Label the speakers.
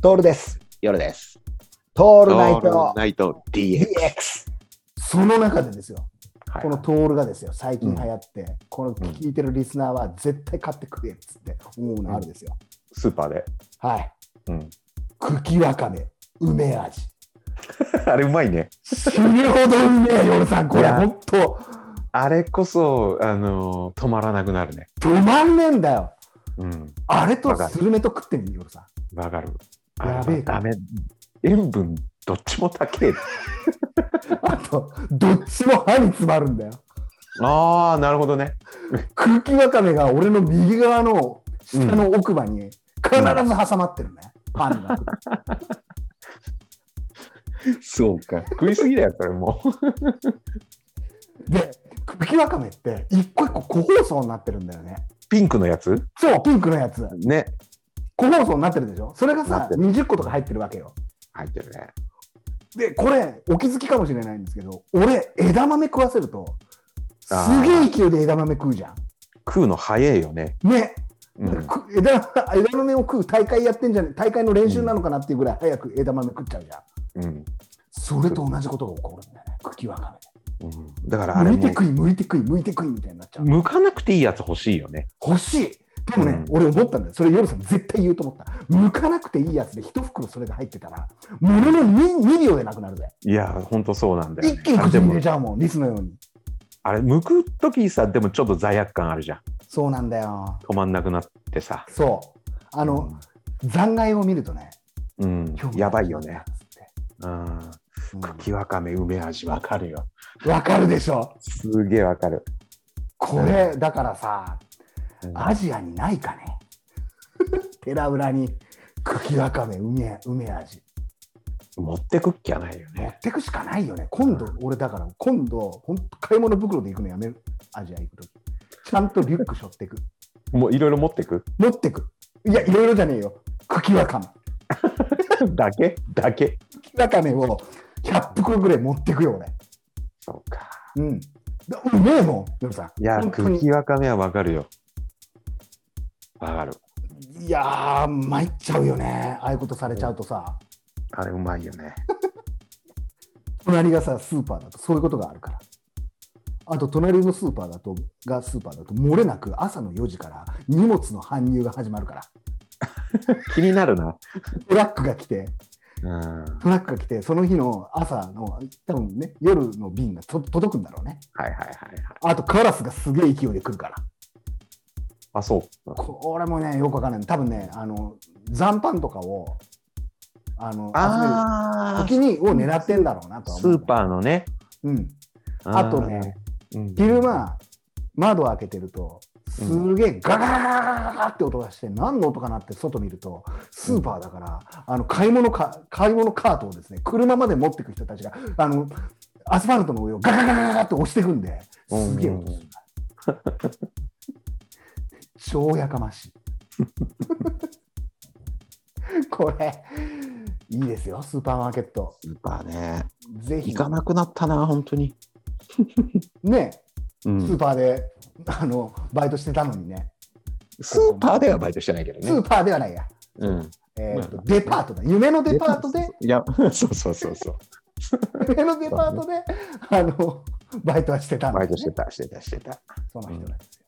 Speaker 1: トールです。
Speaker 2: 夜です。
Speaker 1: ト
Speaker 2: オ
Speaker 1: ールナイト
Speaker 2: ナイト DX。
Speaker 1: DX。その中でですよ、
Speaker 2: はい
Speaker 1: このトールがですよ、最近流行って、この聞いてるリスナーは絶対買ってくれっつって思うのあるですよ。
Speaker 2: スーパーで。
Speaker 1: はい。
Speaker 2: うん。
Speaker 1: 茎わかめ、梅味。
Speaker 2: あれうまいね。
Speaker 1: 死ぬほどうめえ、夜さん、こ
Speaker 2: い
Speaker 1: れ、
Speaker 2: や
Speaker 1: ほんと、
Speaker 2: あれこそ、あのー止まらなくなるね。
Speaker 1: 止まんねえんだよ。
Speaker 2: うん。
Speaker 1: あれと
Speaker 2: わかる
Speaker 1: スルメと食ってみ、夜さん。
Speaker 2: わかる。
Speaker 1: やべえ
Speaker 2: ダメ。塩分どっちも高え。
Speaker 1: あと、どっちも歯に詰まるんだよ。
Speaker 2: ああ、なるほどね。
Speaker 1: 茎わかめが俺の右側の下の奥歯に必ず挟まってるね、パンが。
Speaker 2: そうか。食いすぎだよ、それもう。
Speaker 1: で、茎わかめって一個一個個包装になってるんだよね。
Speaker 2: ピンクのやつ
Speaker 1: そう、ピンクのやつ。
Speaker 2: ね。
Speaker 1: 個包装になってるでしょそれが
Speaker 2: なっ
Speaker 1: さ、
Speaker 2: てる
Speaker 1: 20個とか入ってるわけよ。
Speaker 2: 入ってるね。
Speaker 1: で、これ、お気づきかもしれないんですけど、俺、枝豆食わせると、す
Speaker 2: あー
Speaker 1: げえ勢いで枝豆食うじゃ
Speaker 2: 食うの早いよね。
Speaker 1: ん。ね、
Speaker 2: うん。
Speaker 1: く 枝枝豆を食う大会やってんじゃね大会の練習なのかなっていうぐらい早く枝豆食っちゃうじゃん。
Speaker 2: うん。
Speaker 1: それと同じことが起こるんだよね、茎わかめ。
Speaker 2: うんだからあれ
Speaker 1: 剥いて
Speaker 2: も
Speaker 1: 食い、剥いて食い、剥いて食いみたいになっちゃう。
Speaker 2: 向かなくていいやつ欲しいよね。
Speaker 1: 欲しいでもね、
Speaker 2: うん
Speaker 1: 俺思ったんだよ。それ、夜さん絶対言うと思った。剥かなくていいやつで、一袋それが入ってたら、ものの 2, 2秒でなくなるぜ。
Speaker 2: いや、ほんとそうなんだよ、ね。
Speaker 1: 一気に
Speaker 2: あれで
Speaker 1: 口に入
Speaker 2: も
Speaker 1: れちゃうもん、リスのように。
Speaker 2: あれ、剥くときさ、でもちょっと罪悪感あるじゃん。
Speaker 1: そうなんだよ。
Speaker 2: 止まんなくなってさ。
Speaker 1: そう。あの、残骸を見るとね、
Speaker 2: うん、
Speaker 1: 今日
Speaker 2: やばいよね。。うん。
Speaker 1: うん
Speaker 2: 茎わかめ梅味わかるよ。
Speaker 1: わかるでしょ。
Speaker 2: すげえわかる。
Speaker 1: これ、だからさ、
Speaker 2: うん
Speaker 1: アジアにないかね。 寺裏に、茎わかめ、梅梅味。
Speaker 2: 持ってくっきゃないよ
Speaker 1: 持
Speaker 2: ね。
Speaker 1: ってくしかないよね。今度、俺だから、今度、ほんと買い物袋で行くのやめる。アジア行くとき。ちゃんとリュック背負ってく。
Speaker 2: もういろいろ持ってく
Speaker 1: 持ってく。いや、いろいろじゃねえよ。茎わかめ。
Speaker 2: だけだけ。
Speaker 1: 茎わかめを100袋ぐらい持ってくよ、
Speaker 2: そうか。
Speaker 1: 俺。うん。だうめえもん、ヨルさん。
Speaker 2: いや、
Speaker 1: 本当に
Speaker 2: 茎わかめはわかるよ。わかる。
Speaker 1: いやー、参っちゃうよね。ああいうことされちゃうとさ、
Speaker 2: あれうまいよね。
Speaker 1: 隣がさ、スーパーだとそういうことがあるから。あと、隣のスーパーだと、がスーパーだと、漏れなく朝の4時から荷物の搬入が始まるから。
Speaker 2: 気になるな。
Speaker 1: トラックが来て、
Speaker 2: うん。はい
Speaker 1: トラックが来て、その日の朝の、多分ね、夜の便がと届くんだろうね。
Speaker 2: はいはいはい。
Speaker 1: あとカラスがすげえ勢いで来るから。
Speaker 2: あ、そう。
Speaker 1: これもね、よくわかんない。多分ね、あの、残飯とかを、あの、
Speaker 2: あ
Speaker 1: 集める時に、を狙ってんだろうな
Speaker 2: あ、
Speaker 1: とは
Speaker 2: ス
Speaker 1: 思う
Speaker 2: ーパーのね。
Speaker 1: うん。
Speaker 2: ー
Speaker 1: あとね、
Speaker 2: うん
Speaker 1: 昼間、窓開けてると、すげえガガガガガガガガって音がして、何の音かなって外見ると、スーパーだから、あの、買い物か、買い物カートをですね、車まで持ってく人たちが、あの、アスファルトの上をガガガガガガって押してくんで、すげえ音する。超やかましい。これ、いいですよ、スーパーマーケット。
Speaker 2: スーパーね。
Speaker 1: ぜひ
Speaker 2: 行、かなくなったな、本当に。
Speaker 1: ね、
Speaker 2: う
Speaker 1: ス
Speaker 2: ん
Speaker 1: ーパーで、あの、バイトしてたのにね、
Speaker 2: スーパーではバイトしてないけど
Speaker 1: スー
Speaker 2: ね。
Speaker 1: パーではないや。
Speaker 2: うん。
Speaker 1: えーと
Speaker 2: まあ
Speaker 1: デパートだ。夢のデパートで、
Speaker 2: いや、 そうそうそうそう。
Speaker 1: 夢のデパートで、あの、バイトはしてたんだ
Speaker 2: バ
Speaker 1: よ
Speaker 2: イ
Speaker 1: ね
Speaker 2: トしてた、してた、してた。
Speaker 1: その人なんですよ。